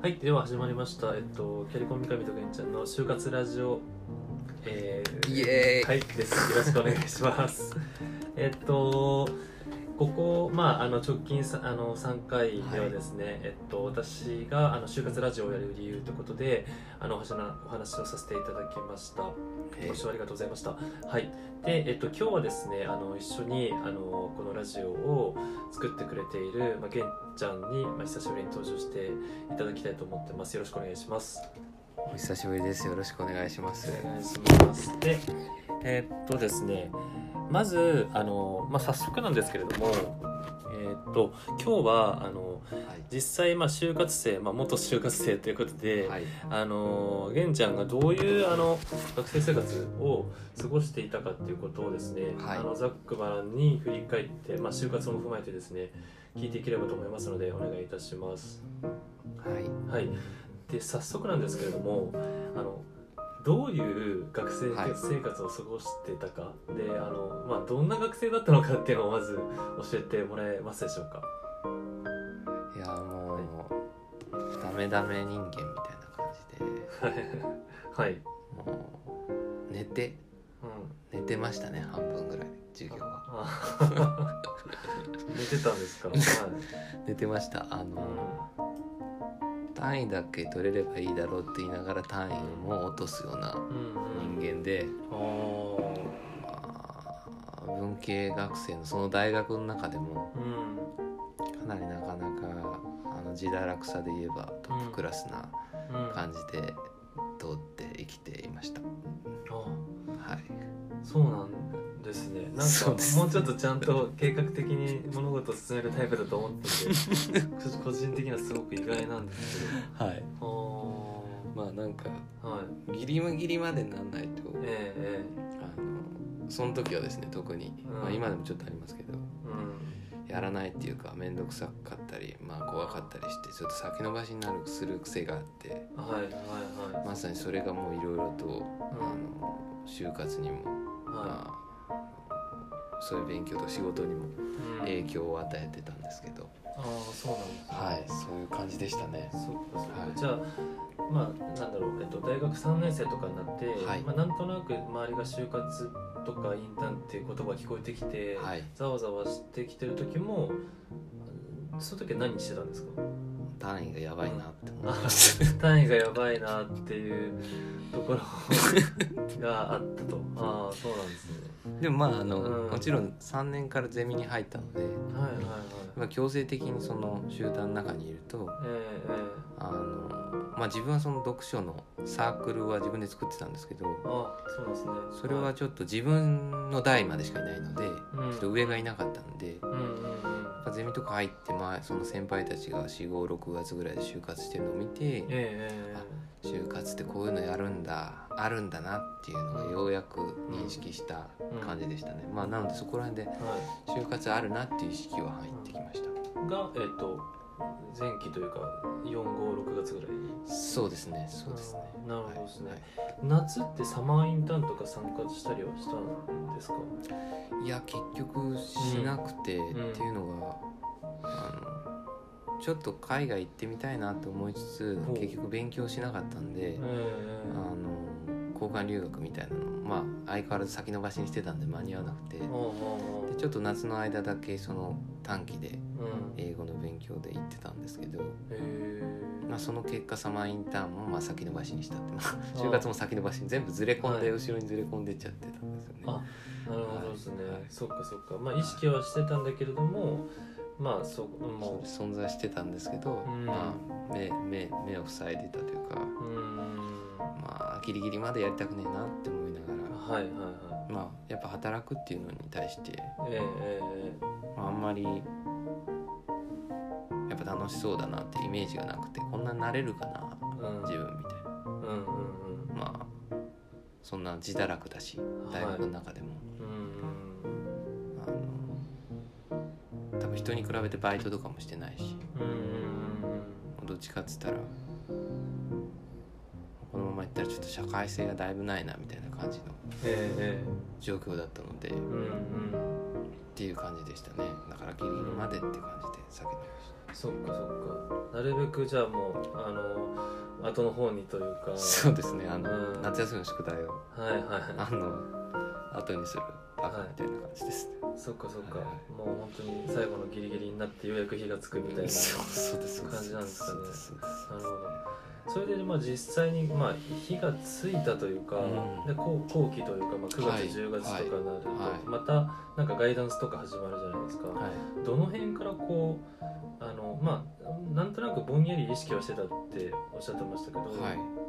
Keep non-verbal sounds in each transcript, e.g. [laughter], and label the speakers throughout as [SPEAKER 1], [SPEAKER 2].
[SPEAKER 1] はい、では始まりました。えっと、キャリコン三上とけんちゃんの就活ラジオ。えー、
[SPEAKER 2] イエーイ
[SPEAKER 1] はい、です。よろしくお願いし
[SPEAKER 2] [laughs]
[SPEAKER 1] ます。えっと、ここ、まあ、あの直近さ、あの三回ではですね、えっと、私があの就活ラジオをやる理由ということで。あの、お話なお話をさせていただきました。ご視聴ありがとうございました。はい、で、えっと、今日はですね、あの、一緒に、あの、このラジオを作ってくれている、まあ、げんちゃんに、まあ、久しぶりに登場して。いただきたいと思ってます。よろしくお願いします。
[SPEAKER 2] お久しぶりですよろしくお願いします
[SPEAKER 1] お願いします。で、えーっとですね、まず、あの、まあ、早速なんですけれども。えーっと、今日は、あの、
[SPEAKER 2] は
[SPEAKER 1] 実際、まあ、就活生、まあ、元就活生ということで。
[SPEAKER 2] い、はい、
[SPEAKER 1] あの源ちゃんがどういうあの学生生活を過ごしていたかっていうことをですね、
[SPEAKER 2] はい
[SPEAKER 1] あのざっくばらんに振り返って、まあ、就活も踏まえてですね聞いていければと思いますのでお願いいたします。
[SPEAKER 2] はい、
[SPEAKER 1] はい、で早速なんですけれどもあのどういう学生
[SPEAKER 2] はい
[SPEAKER 1] 生活を過ごしてたか、であの、まあ、どんな学生だったのかっていうのをまず教えてもらえますでしょうか。
[SPEAKER 2] いやもう、ダメダメ人間みたいな感じで
[SPEAKER 1] はい、
[SPEAKER 2] もう寝て
[SPEAKER 1] うん
[SPEAKER 2] 寝てましたね半分ぐらい授業は
[SPEAKER 1] あ寝てたんですか。はい
[SPEAKER 2] 寝てましたあの
[SPEAKER 1] う
[SPEAKER 2] 単位だけ取れればいいだろうって言いながら単位も落とすようなん
[SPEAKER 1] うん
[SPEAKER 2] 人間で、
[SPEAKER 1] あー
[SPEAKER 2] まあ、文系学生のその大学の中でも
[SPEAKER 1] うん
[SPEAKER 2] かなりなかなかあの自堕落さで言えばトップクラスな
[SPEAKER 1] うんあ
[SPEAKER 2] 感じで通って生きていました。はい、
[SPEAKER 1] そうなんですねなんか
[SPEAKER 2] そうです
[SPEAKER 1] もうちょっとちゃんと計画的に物事を進めるタイプだと思っててこ個人的にはすごく意外なんですけ
[SPEAKER 2] はい、
[SPEAKER 1] どあ
[SPEAKER 2] まあなんか
[SPEAKER 1] あはい
[SPEAKER 2] ギリギリまでなんないと
[SPEAKER 1] えええ
[SPEAKER 2] あのその時はですね特に、
[SPEAKER 1] うん
[SPEAKER 2] まあ、今でもちょっとありますけど
[SPEAKER 1] えうん
[SPEAKER 2] やらないっていうか面倒くさかったり、まあ、怖かったりしてちょっと先延ばしになるする癖があって
[SPEAKER 1] はいはいは
[SPEAKER 2] まさにそれがもういろいろと
[SPEAKER 1] うん
[SPEAKER 2] あの就活にも、
[SPEAKER 1] いは
[SPEAKER 2] まあ、そういう勉強と仕事にも
[SPEAKER 1] い、
[SPEAKER 2] 影
[SPEAKER 1] うん、
[SPEAKER 2] 響を与えてたんですけど、
[SPEAKER 1] ああそうなんですね
[SPEAKER 2] はいそういう感じでしたね。
[SPEAKER 1] そっかそっか、
[SPEAKER 2] はい
[SPEAKER 1] じゃあまあなんだろう、えっと、大学3年生とかになって、
[SPEAKER 2] はい
[SPEAKER 1] まあ、なんとなく周りが就活とかインターンっていう言葉が聞こえてきて、
[SPEAKER 2] はい、
[SPEAKER 1] ざわざわしてきてる時もうんその時は何してたんですか
[SPEAKER 2] 単位がやばいなって思い
[SPEAKER 1] あ
[SPEAKER 2] まし
[SPEAKER 1] [laughs]
[SPEAKER 2] た。
[SPEAKER 1] 単位がやばいなっていうところがあった
[SPEAKER 2] [laughs]
[SPEAKER 1] とああそうなんですね
[SPEAKER 2] でもまああの、
[SPEAKER 1] うん
[SPEAKER 2] もちろん3年からゼミに入ったので、
[SPEAKER 1] はいはいはい
[SPEAKER 2] まあ、強制的にその集団の中にいると
[SPEAKER 1] えええ
[SPEAKER 2] あの、まあ、自分はその読書のサークルは自分で作ってたんですけど
[SPEAKER 1] えあそうなんですね
[SPEAKER 2] それはちょっと自分の代までしかいないので、
[SPEAKER 1] うん
[SPEAKER 2] ちょっと上がいなかったんで、
[SPEAKER 1] うんうんうん
[SPEAKER 2] まあ、ゼミとか入って、まあ、その先輩たちが456月ぐらいで就活してるのを見て
[SPEAKER 1] えええ
[SPEAKER 2] 就活ってこういうのやるんだあるんだなっていうのをようやく認識した感じでしたね。まあ、なのでそこら辺で
[SPEAKER 1] えはい
[SPEAKER 2] 就活あるなっていう意識は入ってきました、
[SPEAKER 1] が、えっと前期というか456月ぐらい
[SPEAKER 2] そうですねそうですね
[SPEAKER 1] あーなるほどですね
[SPEAKER 2] はい
[SPEAKER 1] 夏ってサマーインターンとか参加したりはしたんですか
[SPEAKER 2] はいいや結局しなくて、
[SPEAKER 1] ん
[SPEAKER 2] っていうのが、あのちょっと海外行ってみたいなと思いつつ
[SPEAKER 1] ほう
[SPEAKER 2] 結局勉強しなかったんで、
[SPEAKER 1] ええ
[SPEAKER 2] あの交換留学みたいなのまあ相変わらず先延ばしにしてたんで間に合わなくて、
[SPEAKER 1] うんうん
[SPEAKER 2] でちょっと夏の間だけその短期で
[SPEAKER 1] うん
[SPEAKER 2] 英語の勉強で行ってたんですけど、
[SPEAKER 1] へえ
[SPEAKER 2] まあ、その結果サマーインターンもまあ先延ばしにしたってまあ
[SPEAKER 1] あ
[SPEAKER 2] 就活も先延ばしに全部ずれ込んで
[SPEAKER 1] はい
[SPEAKER 2] 後ろにずれ込んでっちゃってたんですよね。
[SPEAKER 1] あなるほどですね、
[SPEAKER 2] はいはい
[SPEAKER 1] そっかそっかまあ意識はしてたんだけれどもまあそこ
[SPEAKER 2] そう
[SPEAKER 1] も
[SPEAKER 2] 存在してたんですけど、
[SPEAKER 1] うん
[SPEAKER 2] まあ、目目目を塞いでたというか、
[SPEAKER 1] ううーんは
[SPEAKER 2] まあ、ギリギリまでやりたくねえなって思いなが
[SPEAKER 1] い
[SPEAKER 2] ら、
[SPEAKER 1] はいは
[SPEAKER 2] まあ、やっぱ働くっていうのに対して、
[SPEAKER 1] いええええ
[SPEAKER 2] まあ、あんまりやっぱ楽しそうだなってイメージがなくてこんなになれるかな
[SPEAKER 1] ええうん
[SPEAKER 2] 自分みたいな。
[SPEAKER 1] うんうんうん
[SPEAKER 2] まあそんな自堕落だし大学の中でも、
[SPEAKER 1] うん
[SPEAKER 2] あの多分人に比べてバイトとかもしてないし
[SPEAKER 1] うんうんうん
[SPEAKER 2] どっちかっつったらこのままいったらちょっと社会性がだいぶないなみたいな感じの
[SPEAKER 1] ええええ
[SPEAKER 2] 状況だったのでっ
[SPEAKER 1] うんうん
[SPEAKER 2] ていう感じでしたねだからギリギリまでって感じで避けてまし
[SPEAKER 1] そっかそっかなるべくじゃあもうあの後の方にというか
[SPEAKER 2] そうですねあの、
[SPEAKER 1] うん
[SPEAKER 2] 夏休みの宿題を
[SPEAKER 1] はいはいは
[SPEAKER 2] あの後にするバカみたいな感じですね、
[SPEAKER 1] いそっかそっか、
[SPEAKER 2] はいは
[SPEAKER 1] もう本当に最後のギリギリになってようやく火がつくみたいな
[SPEAKER 2] そうそうです
[SPEAKER 1] 感じなんですかね
[SPEAKER 2] そうそうです
[SPEAKER 1] なるほそれでまあ実際にまあ火がついたというか、
[SPEAKER 2] うん
[SPEAKER 1] で後後期というか、まあ、9月、
[SPEAKER 2] はい
[SPEAKER 1] 10月とかになると、
[SPEAKER 2] はいはい
[SPEAKER 1] またなんかガイダンスとか始まるじゃないですか、
[SPEAKER 2] はい
[SPEAKER 1] どの辺からこうあのまあなんとなくぼんやり意識はしてたっておっしゃってましたけど、
[SPEAKER 2] はい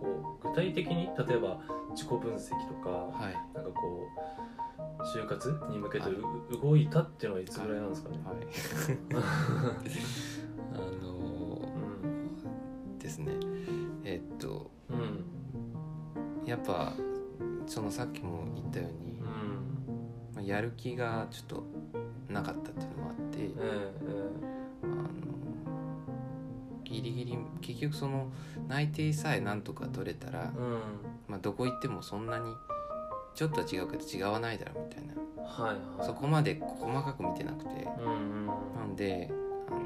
[SPEAKER 1] こう具体的に例えば自己分析とか、
[SPEAKER 2] はい
[SPEAKER 1] なんかこう就活に向けてう、動いたっていうのはいつぐらいなんですかね、
[SPEAKER 2] はいあの
[SPEAKER 1] うん
[SPEAKER 2] ですねえっと
[SPEAKER 1] うん
[SPEAKER 2] やっぱそのさっきも言ったように、
[SPEAKER 1] うん
[SPEAKER 2] まあ、やる気がちょっとなかったっていうのもあって、
[SPEAKER 1] えええ
[SPEAKER 2] あのギリギリ結局その内定さえなんとか取れたら、
[SPEAKER 1] えうん
[SPEAKER 2] まあ、どこ行ってもそんなにちょっとは違うけど違わないだろうみたいな
[SPEAKER 1] はいはい
[SPEAKER 2] そこまで細かく見てなく
[SPEAKER 1] う
[SPEAKER 2] て
[SPEAKER 1] んうん
[SPEAKER 2] なんであの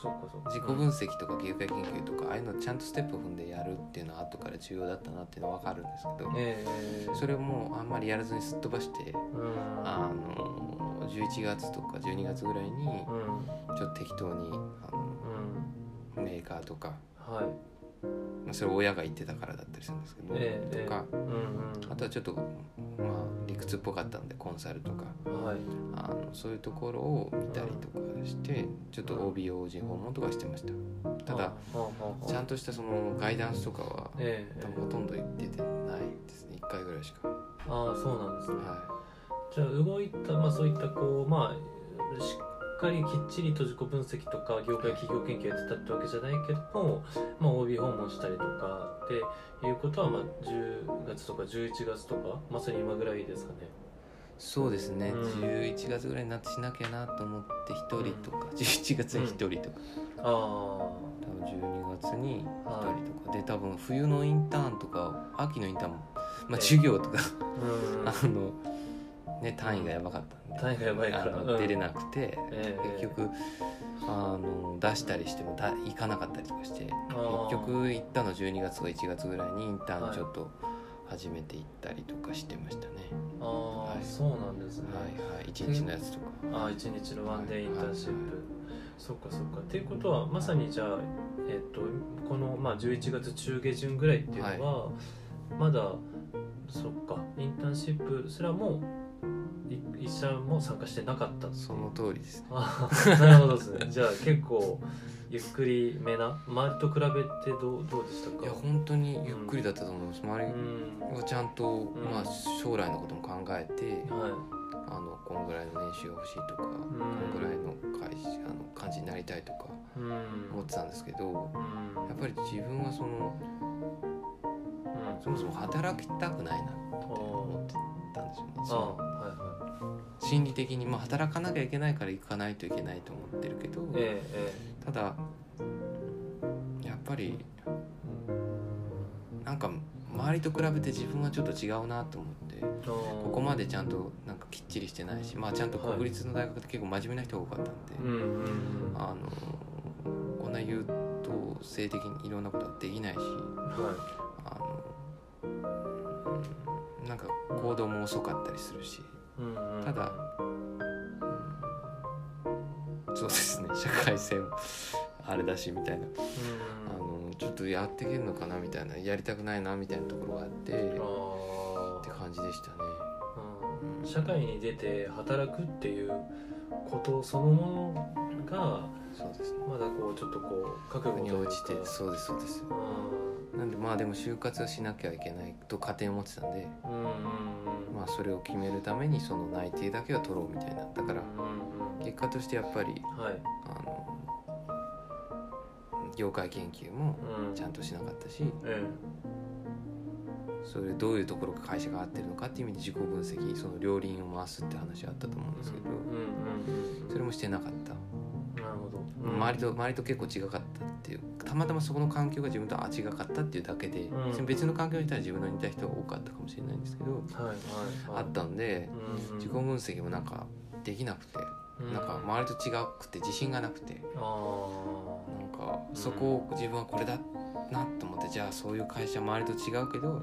[SPEAKER 1] そうかそうか
[SPEAKER 2] 自己分析とか業界研究とかああいうのちゃんとステップ踏んでやるっていうのは後から重要だったなっていうのは分かるんですけど
[SPEAKER 1] ええ
[SPEAKER 2] それをもうあんまりやらずにすっ飛ばして
[SPEAKER 1] うん
[SPEAKER 2] あの11月とか12月ぐらいに
[SPEAKER 1] うん
[SPEAKER 2] ちょっと適当にあの
[SPEAKER 1] うん
[SPEAKER 2] メーカーとか
[SPEAKER 1] はい
[SPEAKER 2] まあそれ親が言ってたからだったりするんですけど、
[SPEAKER 1] ええええ
[SPEAKER 2] とか
[SPEAKER 1] うんうん
[SPEAKER 2] あとはちょっと、まあ、理屈っぽかったんでコンサルとか
[SPEAKER 1] はい
[SPEAKER 2] あのそういうところを見たりとかしてちょっと OBOG 訪問とかしてましたただ
[SPEAKER 1] はあはあはあ
[SPEAKER 2] ちゃんとしたそのガイダンスとかは
[SPEAKER 1] えええ
[SPEAKER 2] ほ
[SPEAKER 1] え
[SPEAKER 2] とんど出てないですね1回ぐらいしか、
[SPEAKER 1] ああそうなんですね
[SPEAKER 2] は
[SPEAKER 1] じゃあ動いた、まあ、そういったこうまあしっかりきっちりと自己分析とか業界企業研究やってたってわけじゃないけども、まあ、OB 訪問したりとかっていうことは、まあ、10月とか11月とかまさに今ぐらいですかね
[SPEAKER 2] い、そうですね、
[SPEAKER 1] うん
[SPEAKER 2] 11月ぐらいになってしなきゃなと思って1人とか、11月に1人とか、
[SPEAKER 1] ああ
[SPEAKER 2] 多分12月に
[SPEAKER 1] は
[SPEAKER 2] 1
[SPEAKER 1] い
[SPEAKER 2] 人とかで多分冬のインターンとか秋のインターンも、
[SPEAKER 1] え
[SPEAKER 2] ま
[SPEAKER 1] え
[SPEAKER 2] あ、授業とか
[SPEAKER 1] うん
[SPEAKER 2] あのね単位がやばかったんで
[SPEAKER 1] 単位がやばいから
[SPEAKER 2] あの
[SPEAKER 1] うん
[SPEAKER 2] 出れなくて、
[SPEAKER 1] ええ
[SPEAKER 2] 結局あの出したりしてもだ行かなかったりとかして結
[SPEAKER 1] あー
[SPEAKER 2] 局行ったの12月か1月ぐらいにインター
[SPEAKER 1] は
[SPEAKER 2] ン
[SPEAKER 1] い
[SPEAKER 2] ちょっと始めて行ったりとかしてましたね、
[SPEAKER 1] ああ、
[SPEAKER 2] はい
[SPEAKER 1] そうなんですね、
[SPEAKER 2] はいはい1日のやつとか、
[SPEAKER 1] ああ1日のワンデーインターンシップ、
[SPEAKER 2] はいはい
[SPEAKER 1] そっかそっかっていうことはまさにじゃあ、えっとこの、まあ、11月中下旬ぐらいっていうのは、まだそっかインターンシップすらもい一社も参加してなかったんです
[SPEAKER 2] その通りですね
[SPEAKER 1] ああなるほどです
[SPEAKER 2] [laughs]
[SPEAKER 1] ねじゃあ結構ゆっくりめな周りと比べてどうどうでしたか
[SPEAKER 2] いや本当にゆっくりだったと思います、周
[SPEAKER 1] う
[SPEAKER 2] り
[SPEAKER 1] ん
[SPEAKER 2] はちゃんと、
[SPEAKER 1] ん
[SPEAKER 2] まあ、将来のことも考えて、
[SPEAKER 1] はい
[SPEAKER 2] あのこんぐらいの年収が欲しいとか、こんぐらいの会社あの感じになりたいとか
[SPEAKER 1] うん
[SPEAKER 2] 思ってたんですけど
[SPEAKER 1] うん
[SPEAKER 2] やっぱり自分はその
[SPEAKER 1] うん
[SPEAKER 2] そもそも働きたくないなって思ってたんですよね
[SPEAKER 1] ああ
[SPEAKER 2] その
[SPEAKER 1] はいはい
[SPEAKER 2] 心理的に、まあ、働かなきゃいけないから行かないといけないと思ってるけど、
[SPEAKER 1] ええ
[SPEAKER 2] ただやっぱりなんか周りと比べて自分はちょっと違うなと思って
[SPEAKER 1] ええ
[SPEAKER 2] ここまでちゃんとなんかきっちりしてないし、まあ、ちゃんと国立の大学って結構真面目な人が多かったんで、
[SPEAKER 1] うんうんうんは
[SPEAKER 2] あのこんな優等生的にいろんなことはできないしあの、うん、なんか行動も遅かったりするし。
[SPEAKER 1] いうんうん
[SPEAKER 2] ただそうですね社会性もあれだしみたいな、あ
[SPEAKER 1] うん
[SPEAKER 2] のちょっとやっていけるのかなみたいなやりたくないなみたいなところがあってっ
[SPEAKER 1] あ
[SPEAKER 2] て感じでしたね
[SPEAKER 1] ーうん社会に出て働くっていうことそのものが
[SPEAKER 2] そうですね
[SPEAKER 1] まだこうちょっとこう覚悟
[SPEAKER 2] に
[SPEAKER 1] という
[SPEAKER 2] 応
[SPEAKER 1] か
[SPEAKER 2] じてそうですそうです
[SPEAKER 1] うん
[SPEAKER 2] なんでまあでも就活をしなきゃいけないと仮定を持ってたんで
[SPEAKER 1] うんうん
[SPEAKER 2] まあそれを決めるためにその内定だけは取ろうみたいなだから
[SPEAKER 1] うん
[SPEAKER 2] 結果としてやっぱり
[SPEAKER 1] うんはい
[SPEAKER 2] あの業界研究も
[SPEAKER 1] うん
[SPEAKER 2] ちゃんとしなかったし
[SPEAKER 1] え
[SPEAKER 2] それどういうところが会社が合ってるのかっていう意味で自己分析その両輪を回すって話あったと思うん
[SPEAKER 1] え
[SPEAKER 2] ですけど
[SPEAKER 1] うんうんうん
[SPEAKER 2] それもしてなかった
[SPEAKER 1] なるほど
[SPEAKER 2] 周りと周りと結構違かったっていうたまたまそこの環境が自分とあ違かったっていうだけで
[SPEAKER 1] うん
[SPEAKER 2] 別に別の環境にいたら自分の似た人が多かったかもしれないんですけど
[SPEAKER 1] はいはいはい
[SPEAKER 2] あったんで
[SPEAKER 1] うんうん
[SPEAKER 2] 自己分析もなんかできなくて
[SPEAKER 1] うん
[SPEAKER 2] なんか周りと違くて自信がなくて
[SPEAKER 1] あー
[SPEAKER 2] なんかそこを自分はこれだなと思ってじゃあそういう会社周りと違うけ
[SPEAKER 1] う
[SPEAKER 2] ど
[SPEAKER 1] ん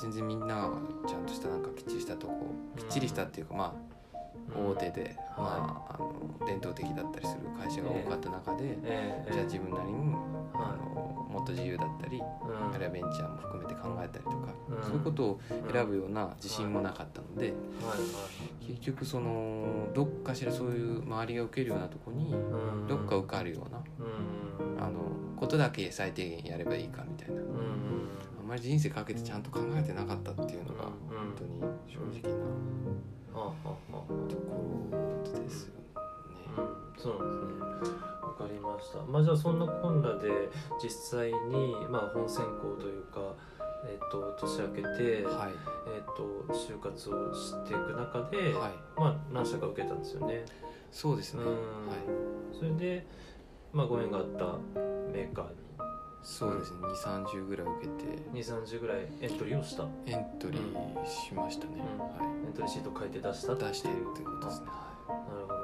[SPEAKER 2] 全然みんなはちゃんとしたなんかきっちりしたとこきっちりしたっていうかまあ
[SPEAKER 1] うん
[SPEAKER 2] 大手でまああの伝統的だったりする会社が多かった中で
[SPEAKER 1] ええ
[SPEAKER 2] じゃあ自分なりにあ
[SPEAKER 1] は
[SPEAKER 2] のもっと自由だったり
[SPEAKER 1] いうん
[SPEAKER 2] あるいはベンチャーも含めて考えたりとか
[SPEAKER 1] うん
[SPEAKER 2] そういうことを選ぶような自信もなかったので
[SPEAKER 1] はいはい
[SPEAKER 2] 結局そのどっかしらそういう周りが受けるようなとこに
[SPEAKER 1] うん
[SPEAKER 2] どっか受かるような
[SPEAKER 1] うん
[SPEAKER 2] あのことだけ最低限やればいいかみたいな
[SPEAKER 1] うんうん
[SPEAKER 2] あんまり人生かけてちゃんと考えてなかったっていうのが本
[SPEAKER 1] うんうん
[SPEAKER 2] 当に正直な
[SPEAKER 1] はあはあはあ
[SPEAKER 2] ところですよね。
[SPEAKER 1] うんそうなんですね。わかりました。まあじゃあそんなこんなで実際にまあ本選考というか。えっと、年明けて、
[SPEAKER 2] はい
[SPEAKER 1] えっと、就活をしていく中で、
[SPEAKER 2] はい
[SPEAKER 1] まあ、何社か受けたんですよね
[SPEAKER 2] そうですね
[SPEAKER 1] う
[SPEAKER 2] は
[SPEAKER 1] ん
[SPEAKER 2] い
[SPEAKER 1] それで、まあ、ご縁があったメーカ
[SPEAKER 2] そうですね2 3 0ぐらい受けて
[SPEAKER 1] ーに2 3 0ぐらいエントリーをしたエ
[SPEAKER 2] エントリーしましたね
[SPEAKER 1] うん
[SPEAKER 2] は
[SPEAKER 1] ントリーシート書いて出したっ
[SPEAKER 2] い
[SPEAKER 1] ていう
[SPEAKER 2] 出してるっていうことですねはい
[SPEAKER 1] なるほど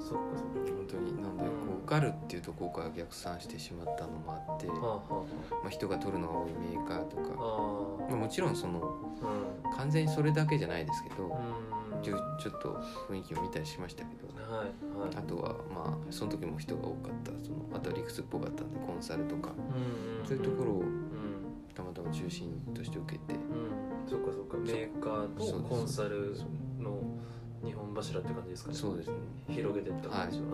[SPEAKER 1] そっかそっ
[SPEAKER 2] 本当になんでこう受かるっていうところから逆算してしまったのもあって、
[SPEAKER 1] か
[SPEAKER 2] ま
[SPEAKER 1] はあは
[SPEAKER 2] あ、人が取るのが多いメーカーと
[SPEAKER 1] あ
[SPEAKER 2] か、
[SPEAKER 1] は
[SPEAKER 2] まあ、もちろんその
[SPEAKER 1] ああ
[SPEAKER 2] 完全にそれだけじゃないですけ
[SPEAKER 1] う
[SPEAKER 2] ど、
[SPEAKER 1] んうん
[SPEAKER 2] ちょちょっと雰囲気を見たりしましたけど、
[SPEAKER 1] はいはい
[SPEAKER 2] あとはまあその時も人が多かったそのあとは理屈っぽかったんでコンサルとか、
[SPEAKER 1] うんんん
[SPEAKER 2] そういうところを
[SPEAKER 1] うん
[SPEAKER 2] たまたま中心として受けて、
[SPEAKER 1] うんそっかそっかメーカーとコンサルの日本柱って感じですかね
[SPEAKER 2] そうですね
[SPEAKER 1] 広げてった感じは、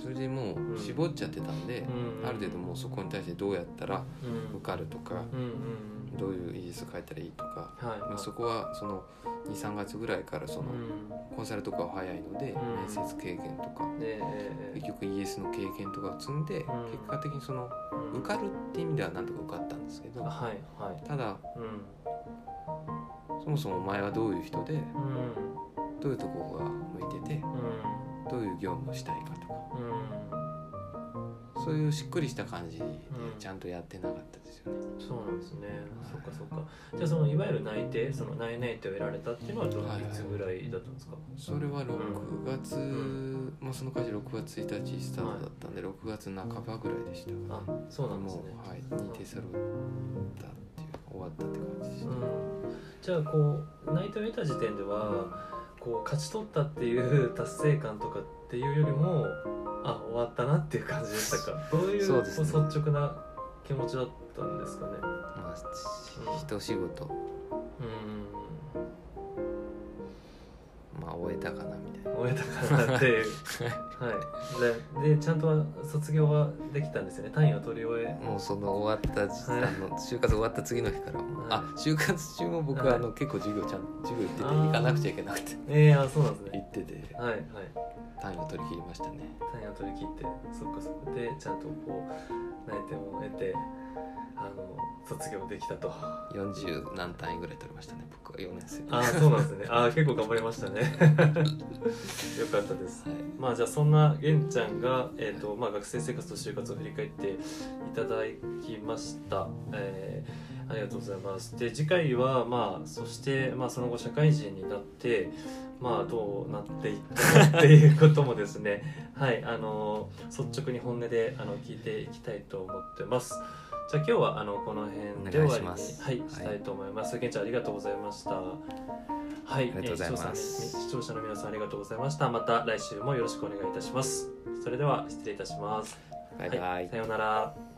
[SPEAKER 2] それでもう絞っちゃってたんで、
[SPEAKER 1] うん
[SPEAKER 2] ある程度もうそこに対してどうやったら
[SPEAKER 1] うんうん
[SPEAKER 2] 受かるとか、
[SPEAKER 1] うんうん
[SPEAKER 2] どういうイージス書いたらいいとか
[SPEAKER 1] はい、
[SPEAKER 2] まあ、そこはその23月ぐらいからその
[SPEAKER 1] う
[SPEAKER 2] コンサルとかは早いので
[SPEAKER 1] うん
[SPEAKER 2] 面接経験とか
[SPEAKER 1] んで、え
[SPEAKER 2] 結局 ES の経験とかを積んで結果的にその
[SPEAKER 1] ー、
[SPEAKER 2] 受かるって意味ではなんとか受かったんですけ
[SPEAKER 1] うん
[SPEAKER 2] ど
[SPEAKER 1] はいはい
[SPEAKER 2] ただ
[SPEAKER 1] うん
[SPEAKER 2] そもそもお前はどういう人で
[SPEAKER 1] うん
[SPEAKER 2] どういうとこが向いてて
[SPEAKER 1] う
[SPEAKER 2] どういう業務をしたいかとか
[SPEAKER 1] んうん
[SPEAKER 2] そういうしっくりした感じでちゃんとやってなかったですよね。
[SPEAKER 1] そうなんですねそっかそっかじゃあそのいわゆる内定その内内定を得られたっていうのはどのいつぐらいだったんですか、
[SPEAKER 2] それは6月、まあ、その会社6月1日スタートだったんで6月半ばぐらいでしたから
[SPEAKER 1] あそうなんです
[SPEAKER 2] も
[SPEAKER 1] ね
[SPEAKER 2] う、はい、認定されたっていう終わったって感じでした、
[SPEAKER 1] うんじゃあこう内定を得た時点ではこう勝ち取ったっていう達成感とかっていうよりもあ終わったなっていう感じでした
[SPEAKER 2] [laughs]
[SPEAKER 1] かどういう
[SPEAKER 2] そうですね
[SPEAKER 1] こう率直な気持ちだったんですかね
[SPEAKER 2] まあ、ひ一仕事、
[SPEAKER 1] うん
[SPEAKER 2] まあ、終えたかなみたいな
[SPEAKER 1] 終えたかなって
[SPEAKER 2] [laughs]
[SPEAKER 1] いうはいででちゃんとは卒業はできたんですよね単位は取り終え
[SPEAKER 2] もうその終わった時
[SPEAKER 1] はい
[SPEAKER 2] あの就活終わった次の日からもう、
[SPEAKER 1] はい
[SPEAKER 2] あ就活中も僕、
[SPEAKER 1] はい
[SPEAKER 2] あの結構授業ちゃん授業行ってて
[SPEAKER 1] あー
[SPEAKER 2] 行かなくちゃいけなくて
[SPEAKER 1] ええあそうなんです
[SPEAKER 2] 行
[SPEAKER 1] ね
[SPEAKER 2] ってて
[SPEAKER 1] はいはい
[SPEAKER 2] 単位を取り切りましたね
[SPEAKER 1] 単位を取り切ってそっかそっかでちゃんとこう内定も得てあの卒業できたと。
[SPEAKER 2] 40何単位ぐらい取りましたね僕は4年生
[SPEAKER 1] あーそうなんですね。あー結構頑張りましたね。 [laughs] よかったです。
[SPEAKER 2] はい
[SPEAKER 1] まあじゃあそんな源ちゃんが、えーとまあ、学生生活と就活を振り返っていただきました、えーありがとうございますで次回はまあそして、まあ、その後社会人になってまあどうなっていったかっていうこともですね [laughs] はいあの率直に本音であの聞いていきたいと思ってますじゃあ今日はあのこの辺で終
[SPEAKER 2] お
[SPEAKER 1] わり
[SPEAKER 2] 願いし
[SPEAKER 1] にはい
[SPEAKER 2] ますはい
[SPEAKER 1] したいと思います源ちゃんありがとうございましたはい
[SPEAKER 2] ありがとうございます
[SPEAKER 1] えー視聴者の視聴者の皆さんありがとうございましたまた来週もよろしくお願いいたしますそれでは失礼いたします
[SPEAKER 2] バイバイ、
[SPEAKER 1] はい、さようなら